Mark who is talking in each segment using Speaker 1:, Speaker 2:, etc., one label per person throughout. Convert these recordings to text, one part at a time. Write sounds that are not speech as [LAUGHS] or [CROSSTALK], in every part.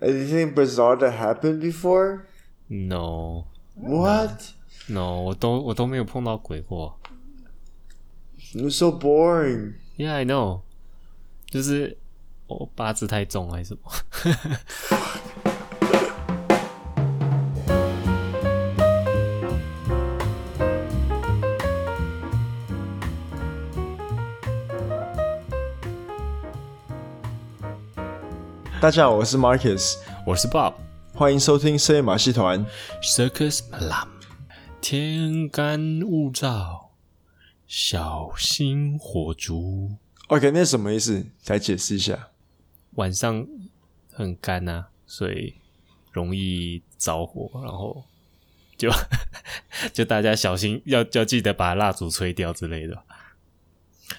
Speaker 1: anything bizarre that happened before?
Speaker 2: No
Speaker 1: What?
Speaker 2: No，我都我都没有碰到鬼过。
Speaker 1: You're so boring.
Speaker 2: Yeah, I know，就是我八字太重还是什么？
Speaker 1: 大家好，我是 Marcus，
Speaker 2: 我是 Bob
Speaker 1: 欢迎收听深夜马戏团。
Speaker 2: Circus Malam，天干物燥，小心火烛。
Speaker 1: OK，那什么意思？来解释一下。
Speaker 2: 晚上很干呐、所以容易着火，然后就 [LAUGHS] 就大家小心，要要记得把蜡烛吹掉之类的。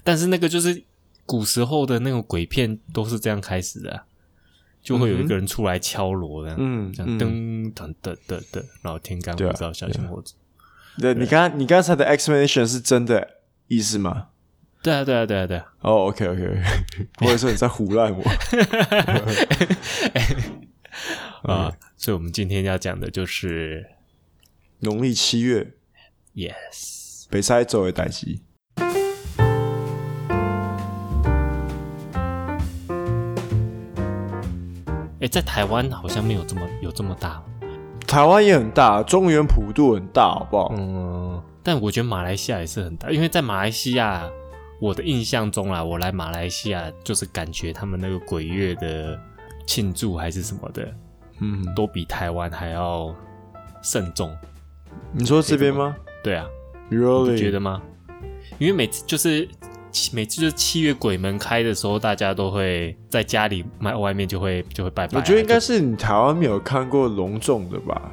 Speaker 2: 但是那个就是古时候的那种鬼片都是这样开始的啊、就会有一个人出来敲锣的，
Speaker 1: 嗯
Speaker 2: 这样噔噔噔噔噔，然后天干物
Speaker 1: 对啊
Speaker 2: 燥，小心火烛。
Speaker 1: 对，你刚你刚才的 explanation 是真的意思吗？
Speaker 2: 对啊，对啊，对啊，对啊。
Speaker 1: 哦、o k OK，, o [LAUGHS] k 我也说你在胡乱我。
Speaker 2: 啊，
Speaker 1: 嗯
Speaker 2: 所以我们今天要讲的就是
Speaker 1: 农历七月，
Speaker 2: yes。
Speaker 1: 北塞走的代机。
Speaker 2: 哎，在台湾好像没有这么有这么大，
Speaker 1: 台湾也很大，中原普渡很大，好不好？
Speaker 2: 嗯，但我觉得马来西亚也是很大，因为在马来西亚，我的印象中啦，我来马来西亚就是感觉他们那个鬼月的庆祝还是什么的，
Speaker 1: 嗯，
Speaker 2: 都比台湾还要慎重。
Speaker 1: 你说这边吗
Speaker 2: 对啊，你
Speaker 1: ？Really？
Speaker 2: 不觉得吗？因为每次就是七每次就是七月鬼门开的时候，大家都会在家里外外面就会就会拜拜啊、
Speaker 1: 我觉得应该
Speaker 2: 就是
Speaker 1: 你台湾没有看过隆重的吧？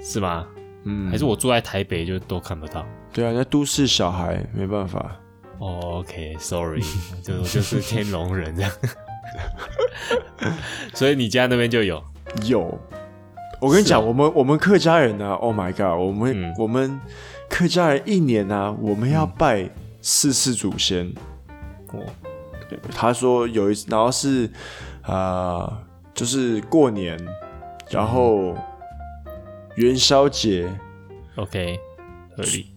Speaker 2: 是吗？
Speaker 1: 嗯，
Speaker 2: 还是我住在台北就都看不到？
Speaker 1: 对啊，人家都市小孩没办法。[LAUGHS]
Speaker 2: 哦 OK，Sorry，、就我就是天龙人这样。所以你家那边就有，
Speaker 1: 有，我跟你讲，
Speaker 2: 是啊
Speaker 1: 我们我们客家人呢、啊、，Oh my God，我们、
Speaker 2: 嗯
Speaker 1: 我们客家人一年呢、啊，我们要拜四次祖先。
Speaker 2: 哦，
Speaker 1: 他说有一，然后是啊、呃就是过年，然后
Speaker 2: 嗯
Speaker 1: 元宵节，
Speaker 2: OK，合理。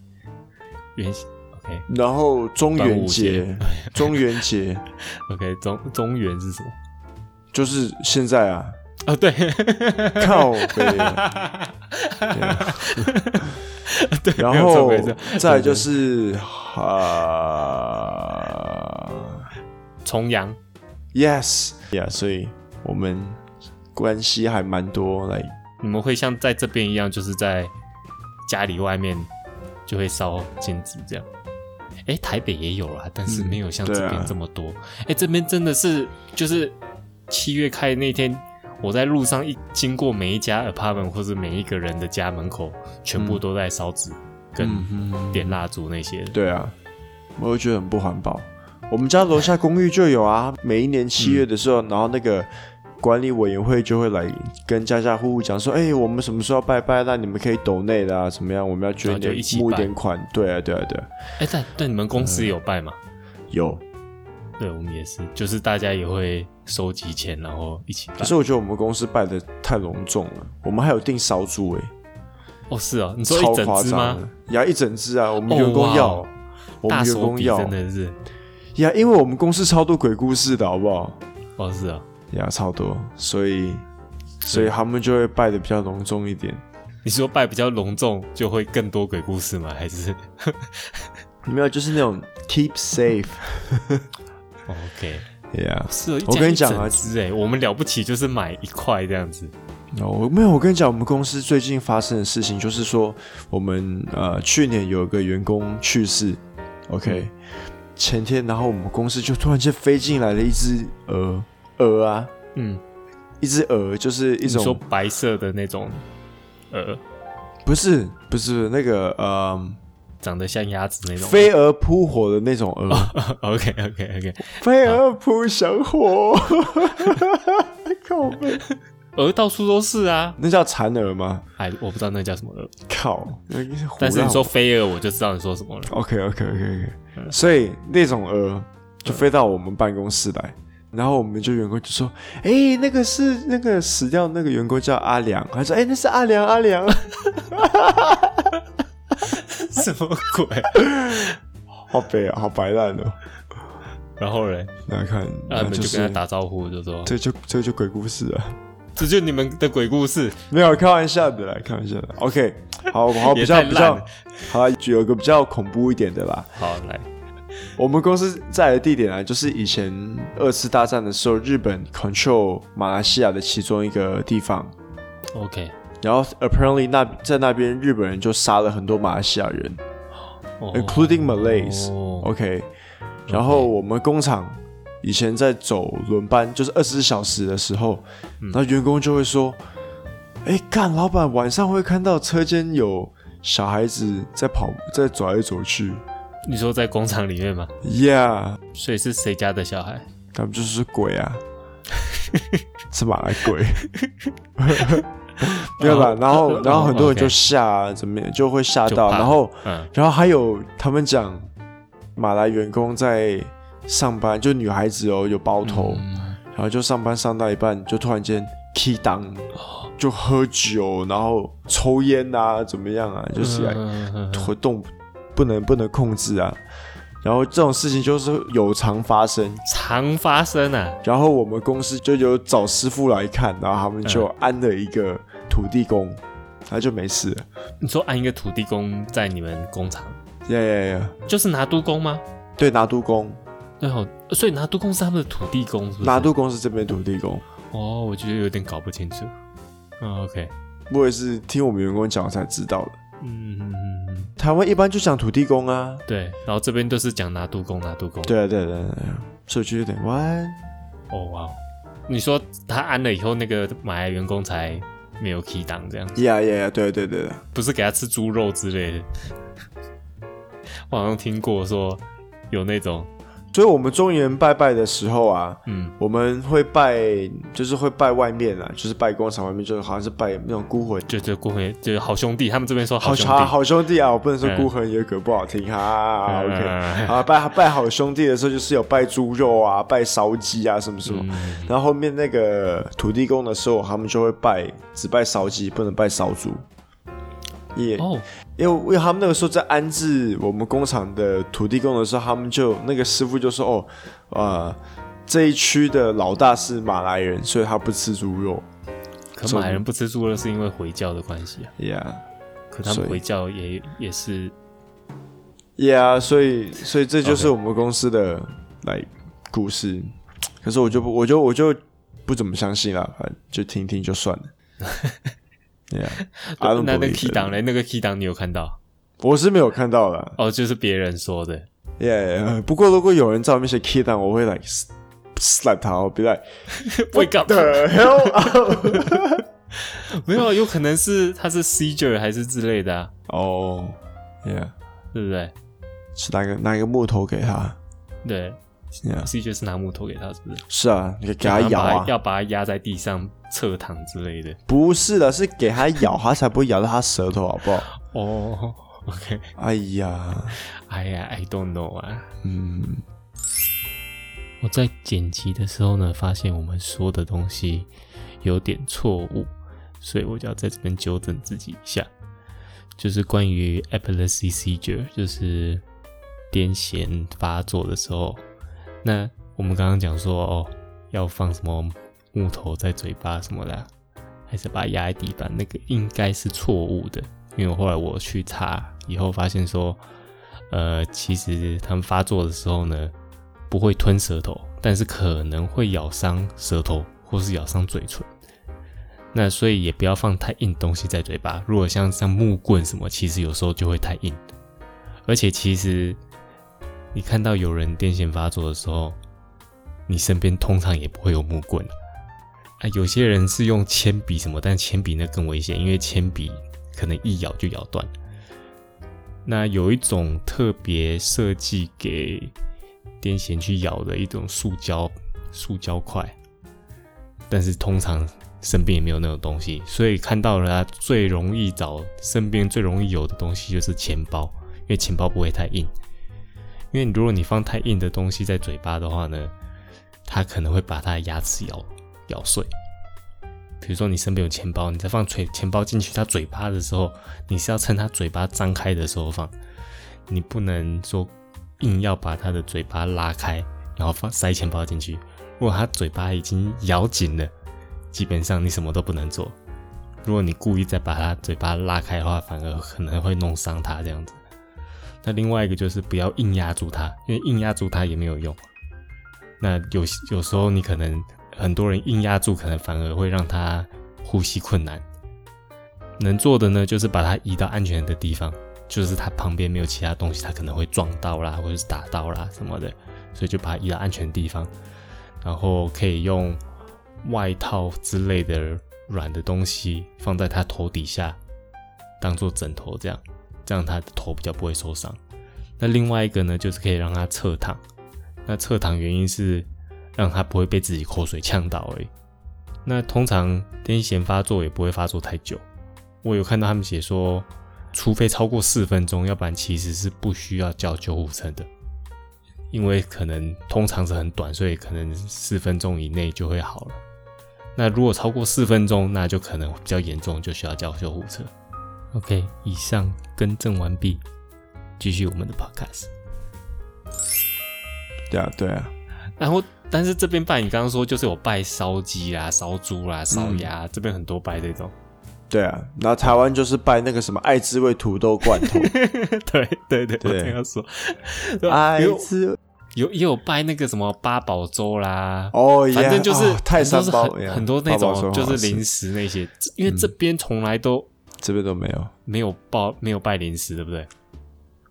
Speaker 2: 元 OK
Speaker 1: 然后中元节
Speaker 2: 端，
Speaker 1: 中元节
Speaker 2: OK 中中原是什么？
Speaker 1: 就是现在
Speaker 2: [LAUGHS]
Speaker 1: 啊，
Speaker 2: 哦，对，
Speaker 1: 靠北啊，
Speaker 2: [LAUGHS] 对，
Speaker 1: 然
Speaker 2: 没有错
Speaker 1: 后
Speaker 2: 没错嗯
Speaker 1: 再来就是啊、
Speaker 2: 重阳
Speaker 1: y e s 呀、yeah,，所以我们关系还蛮多来。
Speaker 2: 你们会像在这边一样，就是在家里外面就会烧金纸这样。哎，台北也有啦，但是没有像
Speaker 1: 对
Speaker 2: 这
Speaker 1: 啊
Speaker 2: 边这么多。哎、这边真的是就是七月开那天，我在路上一经过每一家 apartment 或者每一个人的家门口，全部都在烧纸、
Speaker 1: 嗯
Speaker 2: 跟点蜡烛那些的。
Speaker 1: 对啊，我就觉得很不环保。我们家楼下公寓就有啊，每一年七月的时候，然后那个管理委员会就会来跟家家户户讲说，哎、我们什么时候要拜拜，那你们可以抖内的啊，怎么样？我们要捐
Speaker 2: 然后就
Speaker 1: 点
Speaker 2: 一起
Speaker 1: 募一
Speaker 2: 拜
Speaker 1: 点款。对啊，对啊，对啊，
Speaker 2: 哎、但对你们公司也有拜嘛？
Speaker 1: 有。
Speaker 2: 对，
Speaker 1: 嗯
Speaker 2: 我们也是，就是大家也会收集钱，然后一起拜
Speaker 1: 可。是我觉得我们公司拜的太隆重了，我们还有订烧猪哎、
Speaker 2: 哦，是哦，你说
Speaker 1: 超
Speaker 2: 一
Speaker 1: 夸
Speaker 2: 整只
Speaker 1: 张
Speaker 2: 吗
Speaker 1: 的？，呀，一整只啊，我们
Speaker 2: 哦
Speaker 1: 员工
Speaker 2: 哇
Speaker 1: 要，我
Speaker 2: 大
Speaker 1: 们员
Speaker 2: 手
Speaker 1: 工
Speaker 2: 笔
Speaker 1: 要
Speaker 2: 真的是，
Speaker 1: 呀，因为我们公司超多鬼故事的好不好？
Speaker 2: 哦是哦。
Speaker 1: 呀，超多，所以所以他们就会拜的比较隆重一点。
Speaker 2: 你说拜比较隆重，就会更多鬼故事吗？ [LAUGHS] 还是
Speaker 1: 没有，就是那种 keep safe。
Speaker 2: OK？
Speaker 1: 呀、
Speaker 2: 是哦，
Speaker 1: 我跟你讲啊
Speaker 2: 哎，我们了不起就是买一块这样子，
Speaker 1: 哦，我没有，我跟你讲，我们公司最近发生的事情就是说，我们呃去年有一个员工去世，OK，、前
Speaker 2: 嗯
Speaker 1: 天，然后我们公司就突然间飞进来了一只鹅，鹅啊，
Speaker 2: 嗯，
Speaker 1: 一只鹅就是一
Speaker 2: 你说
Speaker 1: 种，
Speaker 2: 白色的那种，呃，
Speaker 1: 不是不是那个呃
Speaker 2: 长得像鸭子那 [LAUGHS] 种。
Speaker 1: 飞蛾扑火的那种鹅。
Speaker 2: 哦 OK OK OK，
Speaker 1: [LAUGHS] 飞蛾扑小火， [LAUGHS] 靠背，
Speaker 2: 鹅到处都是啊，
Speaker 1: 那叫蚕蛾吗？
Speaker 2: 哎，我不知道那叫什么鹅，
Speaker 1: 靠，那个胡
Speaker 2: 但是你
Speaker 1: 乱
Speaker 2: 说嗯飞蛾，我就知道你说什么了。
Speaker 1: OK OK OK OK，所以那种蛾就飞到我们办公室来，然后我们就员工就说：“哎、那个是那个死掉那个员工叫阿良。”他说：“哎、那是阿良，阿良。
Speaker 2: [LAUGHS] [LAUGHS] 什么鬼？”
Speaker 1: 好悲啊，好白烂哦。
Speaker 2: 然后嘞，
Speaker 1: 来看，
Speaker 2: 啊，
Speaker 1: 那
Speaker 2: 你们就是跟他打招呼，就说
Speaker 1: 这就这就鬼故事啊，
Speaker 2: 这就你们的鬼故事，
Speaker 1: 没有开玩笑的啦，开玩笑的。OK，好
Speaker 2: [LAUGHS]
Speaker 1: 好比
Speaker 2: 也
Speaker 1: 较
Speaker 2: 太
Speaker 1: 比较
Speaker 2: 烂了，
Speaker 1: 好啦有一个比较恐怖一点的啦。
Speaker 2: 好来，
Speaker 1: 我们公司在的地点啊，就是以前二次大战的时候，日本 control 马来西亚的其中一个地方。
Speaker 2: OK，
Speaker 1: 然后 apparently 那在那边日本人就杀了很多马来西亚人、
Speaker 2: 哦
Speaker 1: i n c l u d i n g Malays、
Speaker 2: 哦
Speaker 1: OK，然后我们工厂以前在走轮班，就是二十四小时的时候，然后员工就会说：“哎，干老板，晚上会看到车间有小孩子在跑，在走来走去。
Speaker 2: 你说在工厂里面吗？
Speaker 1: ”Yeah，
Speaker 2: 所以是谁家的小孩？
Speaker 1: 他们就是鬼啊，是马来鬼。 [LAUGHS] 没有啦，然后
Speaker 2: 哦
Speaker 1: 然后很多人就
Speaker 2: OK
Speaker 1: 吓、啊，怎么样就会吓
Speaker 2: 就
Speaker 1: 到，
Speaker 2: 怕
Speaker 1: 然后
Speaker 2: 嗯，
Speaker 1: 然后还有他们讲，马来员工在上班，就女孩子哦，有包头，
Speaker 2: 嗯
Speaker 1: 然后就上班上到一半，就突然间 key down，就
Speaker 2: 哦
Speaker 1: 喝酒，然后抽烟啊，怎么样啊，就是来
Speaker 2: 嗯嗯嗯
Speaker 1: 活动不能不能控制啊。然后这种事情就是有常发生，
Speaker 2: 常发生啊，
Speaker 1: 然后我们公司就有找师傅来看，然后他们
Speaker 2: 嗯
Speaker 1: 就安了一个土地公，他就没事了。
Speaker 2: 你说按一个土地公在你们工厂，
Speaker 1: 呀呀呀！
Speaker 2: 就是拿督工吗？
Speaker 1: 对，拿督公，
Speaker 2: 对哦，所以拿督公是他们的土地公，是不是？
Speaker 1: 拿督公是这边土地公。
Speaker 2: 哦，我觉得有点搞不清楚。嗯，OK，
Speaker 1: 我也是听我们员工讲才知道的。
Speaker 2: 嗯嗯嗯嗯，
Speaker 1: 台湾一般就讲土地公啊，
Speaker 2: 对，然后这边都是讲拿督工，拿督工。，
Speaker 1: 对啊，对啊对啊对啊，所以就有点弯。
Speaker 2: 哦哇哦，你说他安了以后，那个马来员工才没有 key 档这样，
Speaker 1: 呀呀呀，对对对对，
Speaker 2: 不是给他吃猪肉之类的。 [LAUGHS] 我好像听过说有那种，
Speaker 1: 所以我们中原拜拜的时候啊，
Speaker 2: 嗯，
Speaker 1: 我们会拜，就是会拜外面啊，就是拜工厂外面，就是好像是拜那种孤魂。
Speaker 2: 就就过回就是好兄弟，他们这边说
Speaker 1: 好
Speaker 2: 兄弟，
Speaker 1: 好好兄弟啊，我不能说
Speaker 2: 嗯
Speaker 1: 孤魂野鬼不好听哈、啊。
Speaker 2: 嗯
Speaker 1: OK，啊，拜拜好兄弟的时候，就是有拜猪肉啊，拜烧鸡啊，什么什么。然后后面那个土地公的时候，他们就会拜，只拜烧鸡，不能拜烧猪。也、
Speaker 2: 哦，
Speaker 1: 因为因为他们那个时候在安置我们工厂的土地公的时候，他们就那个师傅就说：“哦，呃，这一区的老大是马来人，所以他不吃猪肉。
Speaker 2: 可马来人不吃猪肉是因为回教的关系啊，”
Speaker 1: Yeah,
Speaker 2: 可他
Speaker 1: 所
Speaker 2: 们
Speaker 1: 以
Speaker 2: 回教也也是
Speaker 1: yeah，所以所以这就是我们公司的来故事。可是我就不，我就我就不怎么相信了，反正就听听就算了。yeah,
Speaker 2: [LAUGHS]
Speaker 1: I don't
Speaker 2: 那那个
Speaker 1: believe
Speaker 2: key
Speaker 1: it.
Speaker 2: 档嘞，那个 key 档你有看到？
Speaker 1: 我是没有看到了。
Speaker 2: 哦，就是别人说的。
Speaker 1: Yeah, yeah, yeah. 不过如果有人在我面前 key down，我会 like s- slap 他，我 be like。
Speaker 2: Wake up！
Speaker 1: the hell？
Speaker 2: [LAUGHS] 没有，有可能是他是 seizure 还是之类的、啊，
Speaker 1: 哦、yeah，
Speaker 2: 对不对？
Speaker 1: 是拿个拿一个木头给他
Speaker 2: 对
Speaker 1: ，yeah，
Speaker 2: ，seizure 是拿木头给他，是不是？
Speaker 1: 是啊，你给他咬
Speaker 2: 要
Speaker 1: 啊
Speaker 2: 把，要把他压在地上侧躺之类的。
Speaker 1: 不是的，是给他咬，他才不会咬到他舌头，好不好？
Speaker 2: 哦、o k
Speaker 1: 哎呀，
Speaker 2: 哎呀，I don't know 啊。
Speaker 1: 嗯，
Speaker 2: 我在剪辑的时候呢，发现我们说的东西有点错误，所以我就要在这边纠正自己一下，就是关于 epilepsy seizure，就是癫痫发作的时候，那我们刚刚讲说哦，要放什么木头在嘴巴什么的啊，还是把它压在地板，那个应该是错误的，因为我后来我去查以后发现说，呃，其实他们发作的时候呢，不会吞舌头，但是可能会咬伤舌头或是咬伤嘴唇。那所以也不要放太硬的东西在嘴巴。如果像像木棍什么，其实有时候就会太硬。而且其实你看到有人癫痫发作的时候，你身边通常也不会有木棍。啊，有些人是用铅笔什么，但铅笔那更危险，因为铅笔可能一咬就咬断。那有一种特别设计给癫痫去咬的一种塑胶塑胶块，但是通常身边也没有那种东西，所以看到了他最容易找身边最容易有的东西就是钱包，因为钱包不会太硬。因为如果你放太硬的东西在嘴巴的话呢，它可能会把它的牙齿咬咬碎。比如说你身边有钱包，你在放钱钱包进去它嘴巴的时候，你是要趁它嘴巴张开的时候放，你不能说硬要把它的嘴巴拉开，然后放塞钱包进去。如果它嘴巴已经咬紧了，基本上你什么都不能做。如果你故意再把它嘴巴拉开的话，反而可能会弄伤它这样子。那另外一个就是不要硬压住它，因为硬压住它也没有用。那有有时候你可能很多人硬压住，可能反而会让它呼吸困难。能做的呢，就是把它移到安全的地方，就是它旁边没有其他东西，它可能会撞到啦，或者是打到啦什么的，所以就把它移到安全的地方。然后可以用外套之类的软的东西放在它头底下，当做枕头这样，这样它的头比较不会受伤。那另外一个呢，就是可以让它侧躺。那侧躺原因是让它不会被自己口水呛到而已。那通常癫痫发作也不会发作太久。我有看到他们写说，除非超过四分钟，要不然其实是不需要叫救护车的。因为可能通常是很短，所以可能四分钟以内就会好了。那如果超过四分钟，那就可能比较严重，就需要叫救护车。OK，以上更正完毕，继续我们的 Podcast。
Speaker 1: 对啊，对啊，
Speaker 2: 然后，但是这边拜你刚刚说就是有拜烧鸡啦、烧猪啦、烧鸭，这边很多拜这种。 [LAUGHS]
Speaker 1: 对啊。然后台湾就是拜那个什么爱滋味土豆罐
Speaker 2: [LAUGHS]
Speaker 1: 头，
Speaker 2: 对对对，
Speaker 1: 对
Speaker 2: 我这样说。
Speaker 1: 爱
Speaker 2: 有
Speaker 1: 滋
Speaker 2: 有也有拜那个什么八宝粥啦，
Speaker 1: 哦，
Speaker 2: 反正就是、
Speaker 1: yeah，哦泰山
Speaker 2: 很
Speaker 1: 包
Speaker 2: 多是
Speaker 1: yeah，
Speaker 2: 很很多那
Speaker 1: 八宝粥
Speaker 2: 种就
Speaker 1: 好
Speaker 2: 是
Speaker 1: 吃
Speaker 2: 零食那些，
Speaker 1: 嗯
Speaker 2: 这因为这边从来都
Speaker 1: 这边都没有，
Speaker 2: 没有报没有拜零食，对不对？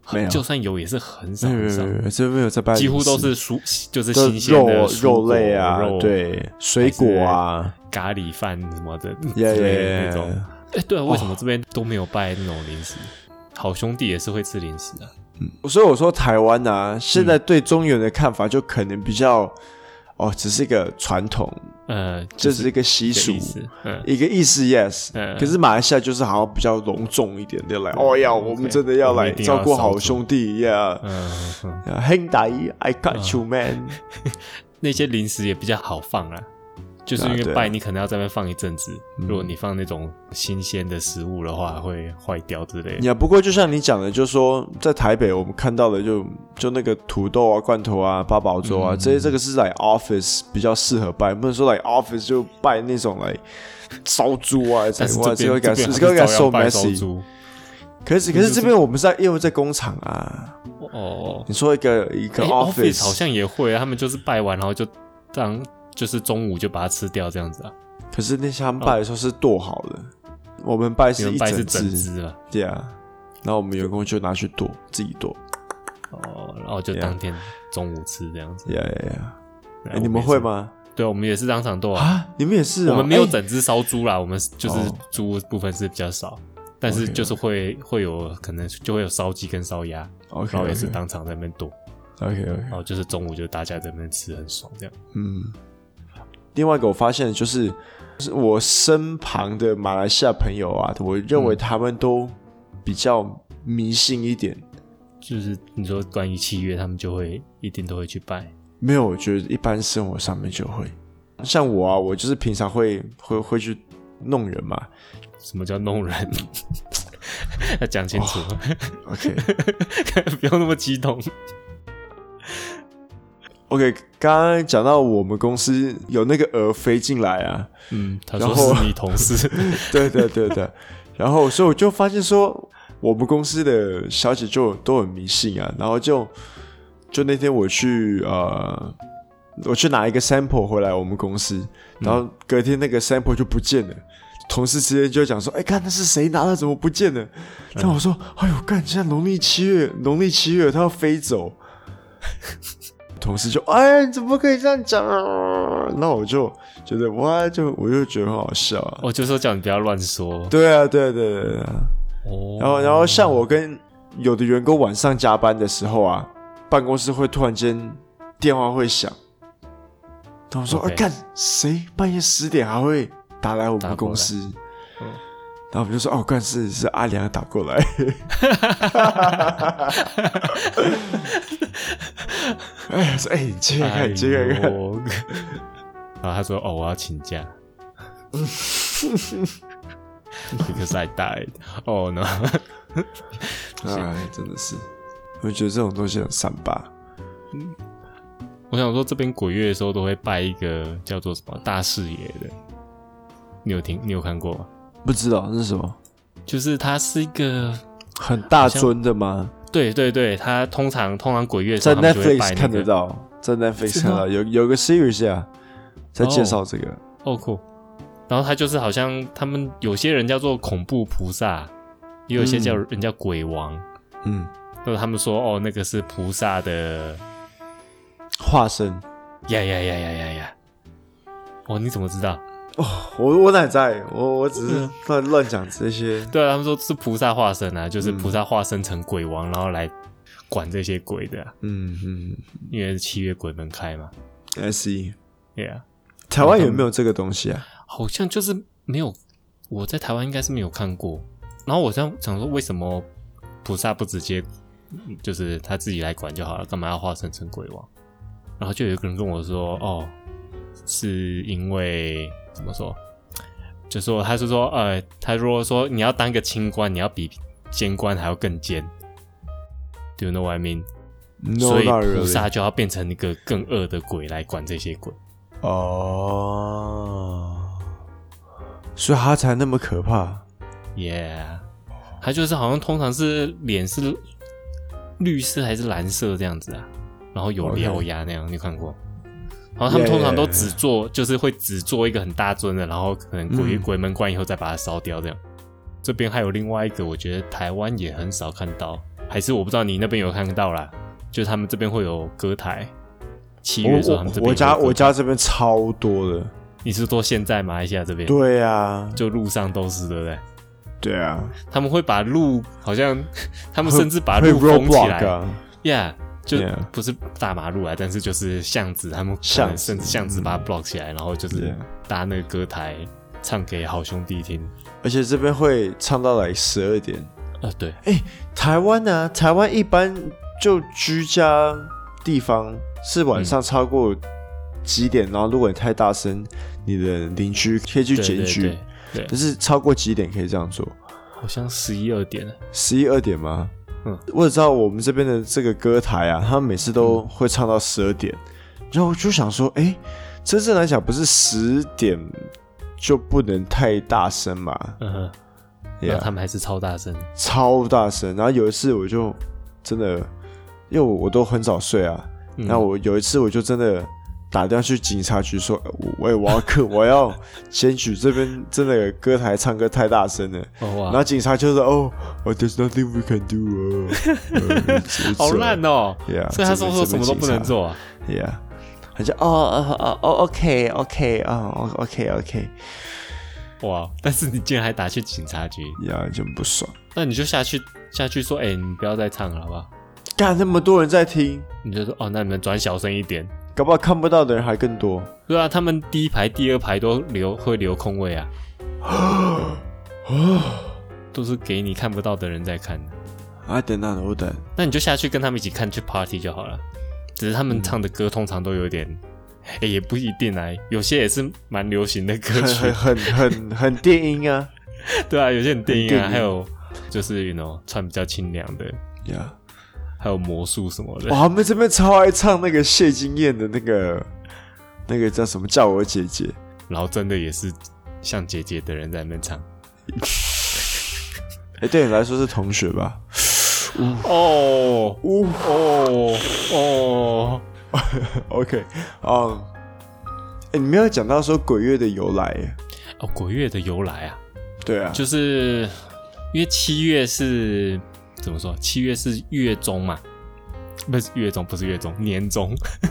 Speaker 2: 很
Speaker 1: 没有
Speaker 2: 就算有也是很少
Speaker 1: 没有没
Speaker 2: 很
Speaker 1: 有
Speaker 2: 少，
Speaker 1: 没有，这边没有在拜零食，
Speaker 2: 几乎都是蔬就是
Speaker 1: 都
Speaker 2: 新鲜的
Speaker 1: 肉
Speaker 2: 蔬
Speaker 1: 肉
Speaker 2: 果
Speaker 1: 类啊，
Speaker 2: 肉
Speaker 1: 对，水果啊，
Speaker 2: 咖喱饭什么的之
Speaker 1: 耶耶
Speaker 2: 类的
Speaker 1: 耶
Speaker 2: 那种。哎，对啊，为什么这边都没有拜那种零食？好兄弟也是会吃零食的，
Speaker 1: 所以我说台湾
Speaker 2: 嗯
Speaker 1: 啊，现在对中原的看法就可能比较，哦，只是一个传统，
Speaker 2: 呃，
Speaker 1: 这
Speaker 2: 就
Speaker 1: 只是一个习
Speaker 2: 这
Speaker 1: 俗
Speaker 2: 个意，思，嗯，
Speaker 1: 一个意思 yes，、
Speaker 2: 嗯
Speaker 1: 可是马来西亚就是好像比较隆重一点的来，哦呀，我们
Speaker 2: OK，
Speaker 1: 真的要
Speaker 2: 我们
Speaker 1: 来
Speaker 2: 一定
Speaker 1: 照
Speaker 2: 要
Speaker 1: 顾
Speaker 2: 烧
Speaker 1: 好
Speaker 2: 猪
Speaker 1: 兄弟呀
Speaker 2: 嗯嗯
Speaker 1: 兄弟，I got you man，
Speaker 2: 那些零食也比较好放啦，就是
Speaker 1: 对啊
Speaker 2: 因
Speaker 1: 对
Speaker 2: 为
Speaker 1: 啊嗯
Speaker 2: 拜你可能要在那边放一阵子，如果你放那种新鲜的食物的话，会坏掉之类的。
Speaker 1: 呀、不过就像你讲的，就是说在台北我们看到的就就那个土豆啊、罐头啊、八宝粥啊、
Speaker 2: 嗯
Speaker 1: 这些，这个是来 office 比较适合拜，不能说来 office 就拜那种来烧猪啊，
Speaker 2: 但是
Speaker 1: 哇，
Speaker 2: 这
Speaker 1: 这个
Speaker 2: 边
Speaker 1: 感
Speaker 2: 这
Speaker 1: 觉
Speaker 2: 边
Speaker 1: 这个感
Speaker 2: 还
Speaker 1: 觉 so
Speaker 2: 是照样拜烧
Speaker 1: messy。
Speaker 2: 猪
Speaker 1: 可是可是这边我们是在因为在工厂啊，
Speaker 2: 哦，
Speaker 1: 你说一个一个
Speaker 2: 诶
Speaker 1: office，,、
Speaker 2: 哎 office 好像也会啊，他们就是拜完然后就当就是中午就把它吃掉这样子啊。
Speaker 1: 可是那些他们拜的时候是剁好的，我们拜
Speaker 2: 你
Speaker 1: 是
Speaker 2: 们
Speaker 1: 一
Speaker 2: 拜是整
Speaker 1: 只，
Speaker 2: 只啊，
Speaker 1: 对啊，然后我们员工就拿去剁，自己剁，
Speaker 2: 哦，然后就当天中午吃这样子。
Speaker 1: 呀呀呀，
Speaker 2: 然
Speaker 1: 哎，
Speaker 2: 后
Speaker 1: 你们
Speaker 2: 我也是
Speaker 1: 会？吗？
Speaker 2: 对，我们也是当场剁啊。
Speaker 1: 啊，你们也是、哦？
Speaker 2: 我们没有
Speaker 1: 哎
Speaker 2: 整只烧猪啦，我们就是
Speaker 1: 哦
Speaker 2: 猪部分是比较少，但是
Speaker 1: OK，OK
Speaker 2: 就是会会有可能就会有烧鸡跟烧鸭，
Speaker 1: 哎 OK，
Speaker 2: 然后也是当场在那边剁，
Speaker 1: OK OK，
Speaker 2: 然后就是中午就大家在那边吃很爽这样。
Speaker 1: 嗯。另外一个我发现的就是，就是我身旁的马来西亚朋友啊，我认为他们都比较迷信一点。
Speaker 2: 就是你说关于七月，他们就会一定都会去拜。
Speaker 1: 没有，我觉得一般生活上面就会，像我啊，我就是平常会会会去弄人
Speaker 2: [LAUGHS]
Speaker 1: 嘛。
Speaker 2: 什么叫弄 [LAUGHS] 人？要讲清楚，
Speaker 1: OK
Speaker 2: 哦 [LAUGHS] 不要那么激动。
Speaker 1: OK，刚刚讲到我们公司有那个鹅飞进来啊，
Speaker 2: 嗯，他
Speaker 1: 然
Speaker 2: 说
Speaker 1: 后
Speaker 2: 是你同事， [LAUGHS]
Speaker 1: 对对对对，然后所以我就发现说，我们公司的小姐就都很迷信啊，然后就就那天我去呃，我去拿一个 sample 回来我们公司，然后隔天那个 sample 就不见了。同事之间就讲说：“哎、看那是谁拿的，怎么不见了？”然后我说：“哎呦，干！现在农历七月，农历七月，它要飞走。”同事就：“哎，怎么可以这样讲啊？”那我就觉得哇，就我就觉得很好笑啊。
Speaker 2: 我就说叫你不要乱说。
Speaker 1: 对啊，对啊对啊对啊对啊。
Speaker 2: 哦，
Speaker 1: 然后，然后像我跟有的员工晚上加班的时候啊，办公室会突然间电话会响，他们说：“啊，
Speaker 2: OK
Speaker 1: 干谁半夜十点还会打来我
Speaker 2: 打
Speaker 1: 们
Speaker 2: 过
Speaker 1: 公
Speaker 2: 来
Speaker 1: 司？”
Speaker 2: 嗯
Speaker 1: 然后我们就说：“哦，干是是阿良打过来。”哎说哎，你接着看，你 [LAUGHS] 接着看，
Speaker 2: 呦 [LAUGHS] 然后他说：“哦，我要请假。” [LAUGHS] Because I died. Oh no！
Speaker 1: 哎，真的是，我觉得这种东西很三八。
Speaker 2: [LAUGHS] 我想说，这边鬼月的时候都会拜一个叫做什么大视野的，你有听？你有看过吗？
Speaker 1: 不知道那是什么，
Speaker 2: 就是他是一个，
Speaker 1: 很大尊的吗？
Speaker 2: 对对对，他通常通常鬼月的时
Speaker 1: 在
Speaker 2: 候他们就会拜
Speaker 1: Netflix
Speaker 2: 那
Speaker 1: 看得
Speaker 2: 个。
Speaker 1: 到，在 Netflix
Speaker 2: 是
Speaker 1: 看
Speaker 2: 吗
Speaker 1: 得到有有个 series 啊，在介绍这个。
Speaker 2: 哦酷，然后他就是好像他们有些人叫做恐怖菩萨，也有一些叫
Speaker 1: 嗯
Speaker 2: 人叫鬼王，
Speaker 1: 嗯，
Speaker 2: 就是他们说哦那个是菩萨的
Speaker 1: 化身。
Speaker 2: 呀呀呀呀呀呀！哦，你怎么知道？
Speaker 1: 我我哪在？我我只是
Speaker 2: 嗯
Speaker 1: 乱乱讲这些。
Speaker 2: 对啊，他们说是菩萨化身啊，就是菩萨化身成鬼王，然后来管这些鬼的啊、
Speaker 1: 嗯嗯
Speaker 2: 因为七月鬼门开嘛。
Speaker 1: ，I see。
Speaker 2: 对啊，
Speaker 1: 台湾有没有这个东西啊？
Speaker 2: 好像就是没有，我在台湾应该是没有看过。然后我想想说，为什么菩萨不直接嗯就是他自己来管就好了，干嘛要化身成鬼王？然后就有一个人跟我说，哦，是因为怎么说？就说他是说，呃，他如果说你要当个清官，你要比监官还要更奸。Do you know what I mean？、
Speaker 1: No,
Speaker 2: 所以
Speaker 1: not
Speaker 2: 菩
Speaker 1: really。
Speaker 2: 萨就要变成一个更恶的鬼来管这些鬼。
Speaker 1: 哦，所以他才那么可怕。
Speaker 2: Yeah，它
Speaker 1: 哦
Speaker 2: 就是好像通常是脸是绿色还是蓝色这样子啊，然后有
Speaker 1: OK
Speaker 2: 獠牙那样，你有看过？然后他们通常都
Speaker 1: Yeah
Speaker 2: 只做，就是会只做一个很大尊的，然后可能鬼、
Speaker 1: 嗯
Speaker 2: 鬼门关以后再把它烧掉这样。这边还有另外一个，我觉得台湾也很少看到，还是我不知道你那边有看到啦，就是他们这边会有歌台，七月的时候他们这
Speaker 1: 我
Speaker 2: 边
Speaker 1: 我家
Speaker 2: 有歌
Speaker 1: 我家这边超多的。
Speaker 2: 你是说现在马来西亚这边
Speaker 1: 对啊，
Speaker 2: 就路上都是对不对？
Speaker 1: 对啊，
Speaker 2: 他们会把路好像， [LAUGHS] 他们甚至把
Speaker 1: 会
Speaker 2: 路封起
Speaker 1: roadblock
Speaker 2: 来
Speaker 1: 啊。
Speaker 2: ，Yeah，就
Speaker 1: Yeah
Speaker 2: 不是大马路啊，但是就是巷子，他们可
Speaker 1: 巷
Speaker 2: 能
Speaker 1: 子嗯
Speaker 2: 甚至巷子把它 block 起来，然后就是
Speaker 1: Yeah
Speaker 2: 搭那个歌台唱给好兄弟听。
Speaker 1: 而且这边会唱到来十二点。
Speaker 2: 啊，对，
Speaker 1: 台湾呢、啊，台湾一般就居家地方是晚上超过几点，然后如果你太大声，你的邻居可以去
Speaker 2: 对
Speaker 1: 检
Speaker 2: 对
Speaker 1: 举
Speaker 2: 对。，对
Speaker 1: 但是超过几点可以这样做？
Speaker 2: 好像十一二点了。
Speaker 1: 十一二点吗？
Speaker 2: 嗯，
Speaker 1: 我只知道我们这边的这个歌台啊，他们每次都
Speaker 2: 嗯
Speaker 1: 会唱到十二点，然后我就想说，哎、真正来讲不是十点就不能太大声嘛？
Speaker 2: 嗯哼，
Speaker 1: Yeah
Speaker 2: 然后他们还是超大声。
Speaker 1: 超大声。然后有一次我就真的，因为我我都很早睡啊，
Speaker 2: 嗯
Speaker 1: 那、我有一次我就真的打电话去警察局说，呃我喂我要克， [LAUGHS] 我要检举这边真的歌台唱歌太大声了。
Speaker 2: 哦
Speaker 1: 然后
Speaker 2: 哇，
Speaker 1: 警察就说：“哦、哦 t h e r e s nothing we can do
Speaker 2: [LAUGHS]
Speaker 1: 哦，
Speaker 2: 好烂
Speaker 1: 哦
Speaker 2: 哦！
Speaker 1: ，Yeah，
Speaker 2: 所以他说说什么都不能做啊。
Speaker 1: ，Yeah，他就哦哦哦哦，OK，OK，哦，OK，OK，
Speaker 2: 哇！但是你竟然还打去警察局，
Speaker 1: 呀，就很不爽，
Speaker 2: 那你就下去下去说，哎，你不要再唱了，好不好？
Speaker 1: 干那么多人在听，
Speaker 2: 你就说哦，那你们转小声一点。
Speaker 1: 搞不好看不到的人还更多。”
Speaker 2: 对啊，他们第一排、第二排都留会留空位啊，都是给你看不到的人在看的。
Speaker 1: I did not know that.
Speaker 2: 那你就下去跟他们一起看，去 party 就好了。只是他们唱的歌通常都有点，哎、也不一定啊，有些也是蛮流行的歌
Speaker 1: 很 [LAUGHS]
Speaker 2: 曲
Speaker 1: 很，很很很电音啊。
Speaker 2: 对啊，有些很电音
Speaker 1: 很电
Speaker 2: 啊，
Speaker 1: 音
Speaker 2: 还有就是，you know，穿比较清凉的，
Speaker 1: 呀，
Speaker 2: 还有魔术什么的。
Speaker 1: 哇，他们这边超爱唱那个谢金燕的那个那个叫什么？叫我姐姐。
Speaker 2: 然后真的也是像姐姐的人在那边唱。
Speaker 1: 哎、对你来说是同学吧？
Speaker 2: 哦哦哦，
Speaker 1: OK，哦、哎、你没有讲到说鬼月的由来耶。
Speaker 2: 哦，鬼月的由来啊。
Speaker 1: 对啊，
Speaker 2: 就是因为七月是怎么说？七月是月中嘛，不是月中，不是月中，年中。 [LAUGHS]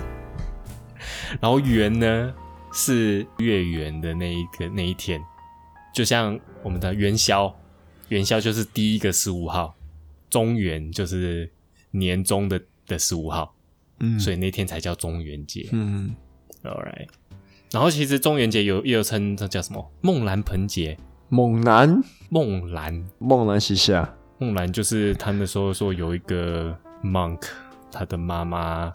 Speaker 2: 然后圆呢是月圆的那一个那一天，就像我们的元宵，元宵就是第一个十五号，中元就是年中的的十五号，
Speaker 1: 嗯
Speaker 2: 所以那天才叫中元节。
Speaker 1: 嗯，
Speaker 2: All right，然后其实中元节有又称这叫什么梦兰盆节，
Speaker 1: 猛男，
Speaker 2: 梦兰
Speaker 1: 猛男西夏。
Speaker 2: 木兰就是他们说说有一个 monk，他的妈妈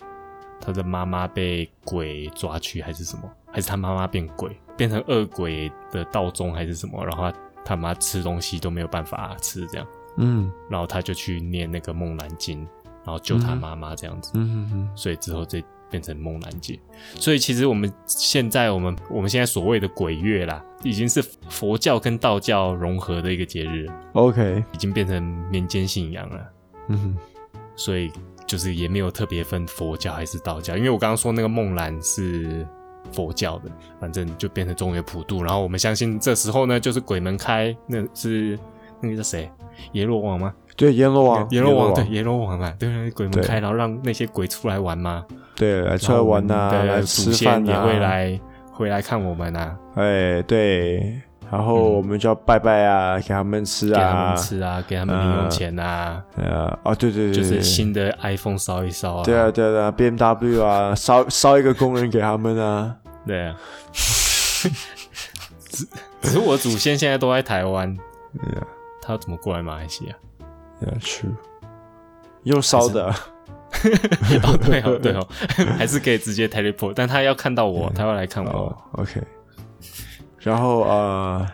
Speaker 2: 他的妈妈被鬼抓去还是什么，还是他妈妈变鬼，变成恶鬼的道宗还是什么，然后他他妈吃东西都没有办法吃这样，
Speaker 1: 嗯
Speaker 2: 然后他就去念那个梦兰经，然后救他妈妈这样子，
Speaker 1: 嗯嗯
Speaker 2: 所以之后这变成梦兰界。所以其实我们现在我们我们现在所谓的鬼月啦，已经是佛教跟道教融合的一个节日了，
Speaker 1: ，OK，
Speaker 2: 已经变成民间信仰了。
Speaker 1: 嗯哼，
Speaker 2: 所以就是也没有特别分佛教还是道教，因为我刚刚说那个梦兰是佛教的，反正就变成中原普渡。然后我们相信这时候呢，就是鬼门开，那是那个叫谁？阎罗王吗？
Speaker 1: 对，阎罗王，
Speaker 2: 阎罗王对，阎罗王嘛，对对，鬼门
Speaker 1: 对
Speaker 2: 开，然后让那些鬼出来玩嘛，
Speaker 1: 对，来出来玩呐、
Speaker 2: 然后我们
Speaker 1: 来
Speaker 2: 的
Speaker 1: 吃
Speaker 2: 祖
Speaker 1: 饭啊
Speaker 2: 先
Speaker 1: 呐、
Speaker 2: 也会，来回来看我们啊，
Speaker 1: 哎，对，然后我们就要拜拜啊，给他们吃
Speaker 2: 嗯给他
Speaker 1: 啊，
Speaker 2: 们吃啊，给他们零用钱啊，
Speaker 1: 呃，哦，对对对，
Speaker 2: 就
Speaker 1: 对
Speaker 2: 是新的 iPhone 烧一烧啊，
Speaker 1: 对啊，对啊对啊，B M W 啊，烧烧一个工人给他们啊，
Speaker 2: 对啊。只只是我祖先现在都在台湾，他要怎么过来马来西亚？
Speaker 1: 要去用烧的啊，
Speaker 2: [LAUGHS] 哦，对哦，对哦，还是可以直接 teleport，但他要看到我，他要来看我。
Speaker 1: 哦，OK，然后呃，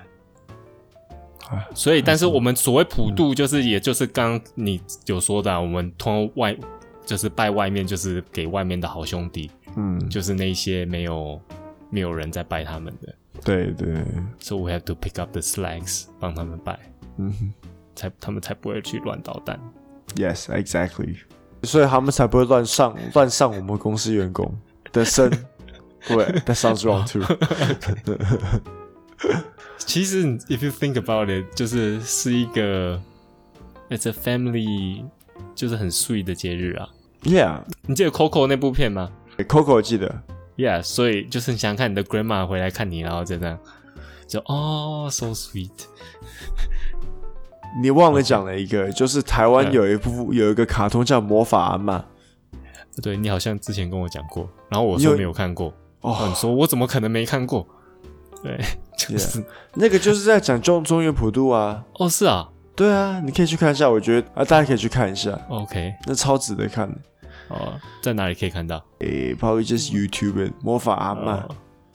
Speaker 2: 所以，但是我们所谓普渡，就是也就是刚你有说的、啊，我们通过外就是拜外面，就是给外面的好兄弟，
Speaker 1: 嗯，
Speaker 2: 就是那些没有没有人在拜他们的
Speaker 1: 对对，
Speaker 2: ，so we have to pick up the slags 帮他们拜，
Speaker 1: 嗯哼
Speaker 2: 才他们才不会去乱捣蛋。
Speaker 1: ，Yes，exactly，所以他们才不会乱上乱上我们公司员工的身。
Speaker 2: [LAUGHS]
Speaker 1: 对，That sounds wrong too。
Speaker 2: 其实，if you think about it，就是是一个 it's a family，就是很 sweet 的节日啊。
Speaker 1: Yeah，Coco
Speaker 2: 你记得 Coco 那部片吗
Speaker 1: 记得
Speaker 2: ？Yeah，所以就是你想看你的 grandma 回来看你，然后就这样，就哦、so sweet。
Speaker 1: 你忘了讲了一个，就是台湾有一部有一个卡通叫《魔法阿嬷》。
Speaker 2: 对你好像之前跟我讲过，然后我
Speaker 1: 你有
Speaker 2: 说没有看过，然后
Speaker 1: 哦
Speaker 2: 你，说我怎么可能没看过？
Speaker 1: [LAUGHS]
Speaker 2: 对，就是
Speaker 1: 那个就是在讲中中原普渡啊。
Speaker 2: 哦是啊
Speaker 1: 对啊，你可以去看一下，我觉得啊，大家可以去看一下，
Speaker 2: ，OK，
Speaker 1: 那超值得看的。
Speaker 2: 哦，在哪里可以看到？
Speaker 1: 诶、p r o b a b l y just YouTube it，魔法阿嬷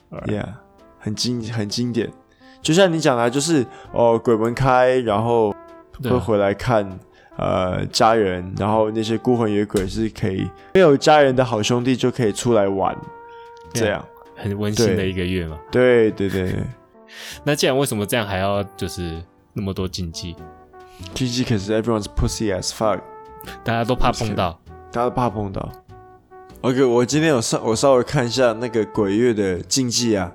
Speaker 2: 哦
Speaker 1: y e a h 很经很经典。就像你讲的啊，就是哦，鬼门开，然后
Speaker 2: 对啊
Speaker 1: 会回来看呃家人，然后那些孤魂野鬼是可以没有家人的好兄弟就可以出来玩，这样。
Speaker 2: 很温馨的
Speaker 1: 对
Speaker 2: 一个月嘛。
Speaker 1: 对对对，对
Speaker 2: 那既然为什么这样还要就是那么多禁忌？
Speaker 1: 经济可是 everyone's pussy as fuck。
Speaker 2: 大家都怕碰到，
Speaker 1: 大家怕碰到。OK，我今天有稍我稍微看一下那个鬼月的禁忌啊，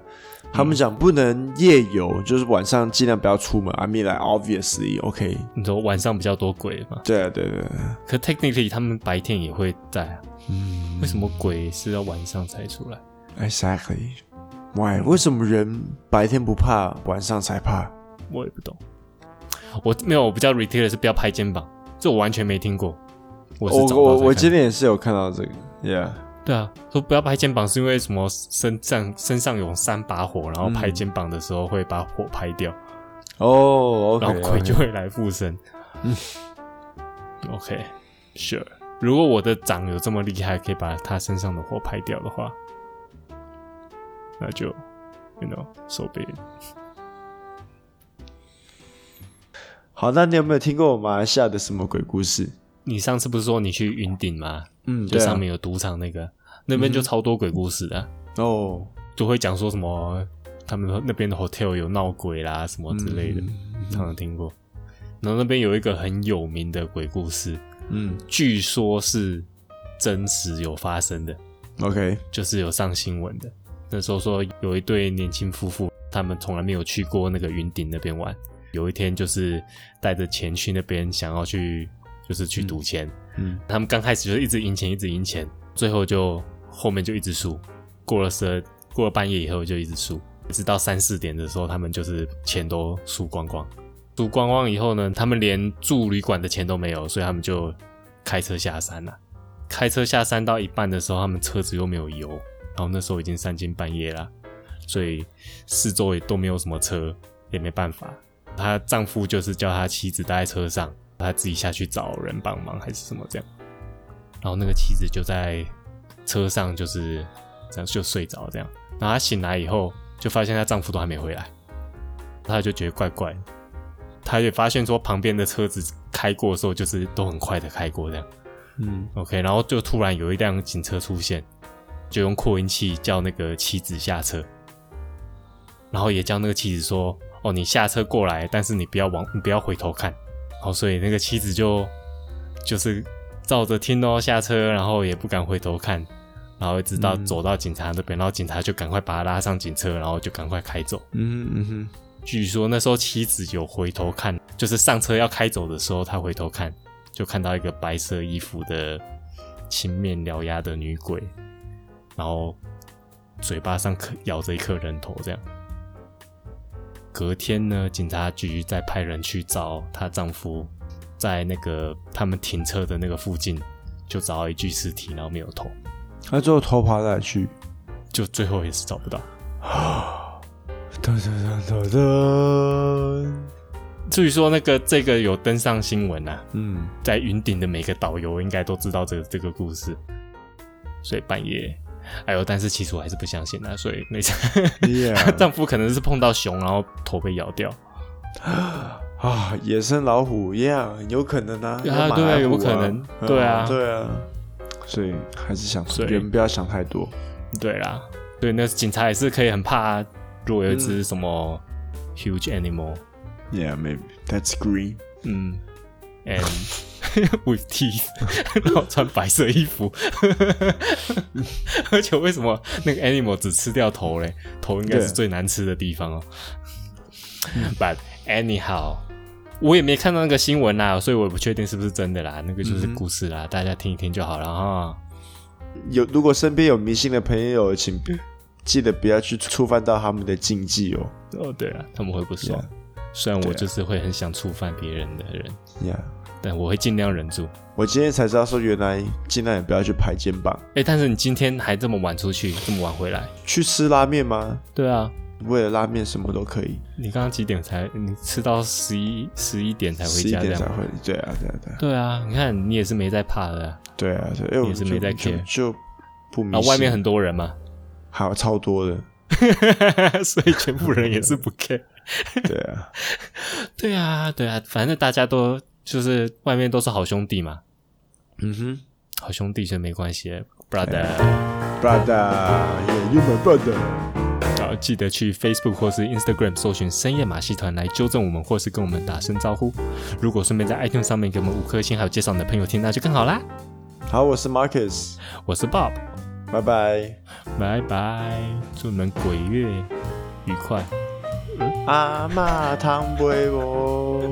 Speaker 1: 他们讲不能夜
Speaker 2: 嗯
Speaker 1: 游，就是晚上尽量不要出门。I mean, like obviously, OK，
Speaker 2: 你说晚上比较多鬼嘛？
Speaker 1: 对啊，对对对，
Speaker 2: 可 technically 他们白天也会在啊。嗯，为什么鬼是要晚上才出来？
Speaker 1: Exactly. Why？为什么人白天不怕，晚上才怕？
Speaker 2: 我也不懂。我没有，我比较 retail 的是不要拍肩膀，这我完全没听过。我是
Speaker 1: 我
Speaker 2: 长大
Speaker 1: 我
Speaker 2: 才
Speaker 1: 我
Speaker 2: 看
Speaker 1: 今天也是有看到这个，Yeah，
Speaker 2: 对啊，说不要拍肩膀是因为什么身上身上有三把火，然后拍肩膀的时候会把火拍掉，
Speaker 1: 哦、o
Speaker 2: 然
Speaker 1: k
Speaker 2: 后鬼就会来附身。嗯，OK，Sure。如果我的掌有这么厉害，可以把他身上的火拍掉的话，那就，you know，so be it。
Speaker 1: 好，那你有没有听过马来西亚的什么鬼故事？
Speaker 2: 你上次不是说你去云顶吗？
Speaker 1: 嗯，
Speaker 2: 就
Speaker 1: 对
Speaker 2: 上
Speaker 1: 啊，嗯
Speaker 2: 面有赌场那个，那边就超多鬼故事的啊、
Speaker 1: 哦，
Speaker 2: 就会讲说什么他们那边的 hotel 有闹鬼啦什么之类
Speaker 1: 嗯
Speaker 2: 的，常常听过。然后那边有一个很有名的鬼故事，
Speaker 1: 嗯
Speaker 2: 据说是真实有发生的，
Speaker 1: ，OK，
Speaker 2: 就是有上新闻的。那时候说有一对年轻夫妇，他们从来没有去过那个云顶那边玩。有一天就是带着钱去那边，想要去就是去赌钱，
Speaker 1: 嗯
Speaker 2: 他们刚开始就一直赢钱，一直赢钱，最后就后面就一直输。过了十二，过了半夜以后就一直输，直到三四点的时候，他们就是钱都输光光。输光光以后呢，他们连住旅馆的钱都没有，所以他们就开车下山了。开车下山到一半的时候，他们车子又没有油，然后那时候已经三更半夜了，所以四周也都没有什么车，也没办法。她丈夫就是叫她妻子待在车上，她自己下去找人帮忙还是什么这样。然后那个妻子就在车上就是这样就睡着这样。然后她醒来以后，就发现她丈夫都还没回来，她就觉得怪怪的。她也发现说旁边的车子开过的时候，就是都很快的开过这样。
Speaker 1: 嗯
Speaker 2: OK，然后就突然有一辆警车出现，就用扩音器叫那个妻子下车，然后也叫那个妻子说：“哦，你下车过来，但是你不要往，你不要回头看。”然后所以那个妻子就就是照着听哦下车，然后也不敢回头看，然后一直到
Speaker 1: 嗯
Speaker 2: 走到警察那边，然后警察就赶快把他拉上警车，然后就赶快开走。
Speaker 1: 嗯嗯哼，
Speaker 2: 据说那时候妻子有回头看，就是上车要开走的时候，她回头看，就看到一个白色衣服的青面獠牙的女鬼，然后嘴巴上可咬着一颗人头，这样。隔天呢，警察局再派人去找她丈夫，在那个他们停车的那个附近，就找到一具尸体，然后没有头，
Speaker 1: 他最后偷跑哪里去？
Speaker 2: 就最后也是找不到。
Speaker 1: 噔噔噔噔噔，
Speaker 2: 至于说那个这个有登上新闻啊，
Speaker 1: 嗯，
Speaker 2: 在云顶的每个导游应该都知道这个这个故事，所以半夜，哎呦，但是其实我还是不相信啊，所以那次她
Speaker 1: yeah
Speaker 2: [LAUGHS] 丈夫可能是碰到熊，然后头被咬掉，
Speaker 1: 啊，野生老虎 yeah 有可能啊，
Speaker 2: 对啊
Speaker 1: 要马
Speaker 2: 对
Speaker 1: 来
Speaker 2: 有
Speaker 1: 虎
Speaker 2: 可能
Speaker 1: 嗯
Speaker 2: 对啊
Speaker 1: 对啊，所以还是想
Speaker 2: 所以
Speaker 1: 人不要想太多，
Speaker 2: 对啦，对，那警察也是可以很怕，如果有一只什么 huge animal，
Speaker 1: Yeah, maybe that's green.
Speaker 2: 嗯，and [LAUGHS] with teeth，然 [LAUGHS] 后穿白色衣服， [LAUGHS] 而且为什么那个 animal 只吃掉头嘞？头应该是
Speaker 1: 对
Speaker 2: 最难吃的地方哦。But
Speaker 1: 嗯
Speaker 2: anyhow，我也没看到那个新闻啦，所以我也不确定是不是真的啦。那个就是
Speaker 1: 嗯哼
Speaker 2: 故事啦，大家听一听就好了哈。
Speaker 1: 有如果身边有迷信的朋友，请不记得不要去触犯到他们的禁忌哦。
Speaker 2: 哦，对了，他们会不爽
Speaker 1: Yeah
Speaker 2: 虽然我
Speaker 1: 对啊
Speaker 2: 就是会很想触犯别人的人，
Speaker 1: Yeah，
Speaker 2: 但我会尽量忍住。
Speaker 1: 我今天才知道说，原来尽量也不要去拍肩膀。
Speaker 2: 哎、但是你今天还这么晚出去，这么晚回来？
Speaker 1: 去吃拉面吗？
Speaker 2: 对啊，
Speaker 1: 为了拉面什么都可以，
Speaker 2: 你刚刚几点才？你吃到十一十一点才回
Speaker 1: 十一
Speaker 2: 家这
Speaker 1: 点才
Speaker 2: 样？
Speaker 1: 会。对啊，对啊，对啊，
Speaker 2: 对啊，你看你也是没在怕的啊，
Speaker 1: 对啊，对啊，因为我
Speaker 2: 也是
Speaker 1: 就
Speaker 2: 没在
Speaker 1: 就
Speaker 2: care
Speaker 1: 就不迷
Speaker 2: 然后
Speaker 1: 信。
Speaker 2: 外面很多人嘛，
Speaker 1: 好超多的，
Speaker 2: [LAUGHS] 所以全部人也是不 care。
Speaker 1: 对啊，
Speaker 2: 对啊，对啊，反正大家都就是外面都是好兄弟嘛，
Speaker 1: 嗯哼
Speaker 2: 好兄弟就没关系，brother。
Speaker 1: ，brother，yeah，you my brother。
Speaker 2: 然后记得去 Facebook 或是 Instagram 搜寻“深夜马戏团”来纠正我们，或是跟我们打声招呼。如果顺便在 iTunes 上面给我们五颗星，还有介绍你的朋友听，那就更好啦。
Speaker 1: 好，我是 Marcus，
Speaker 2: 我是 Bob，
Speaker 1: 拜拜
Speaker 2: 拜拜，祝你们鬼月愉快。
Speaker 1: 阿妈汤杯哦。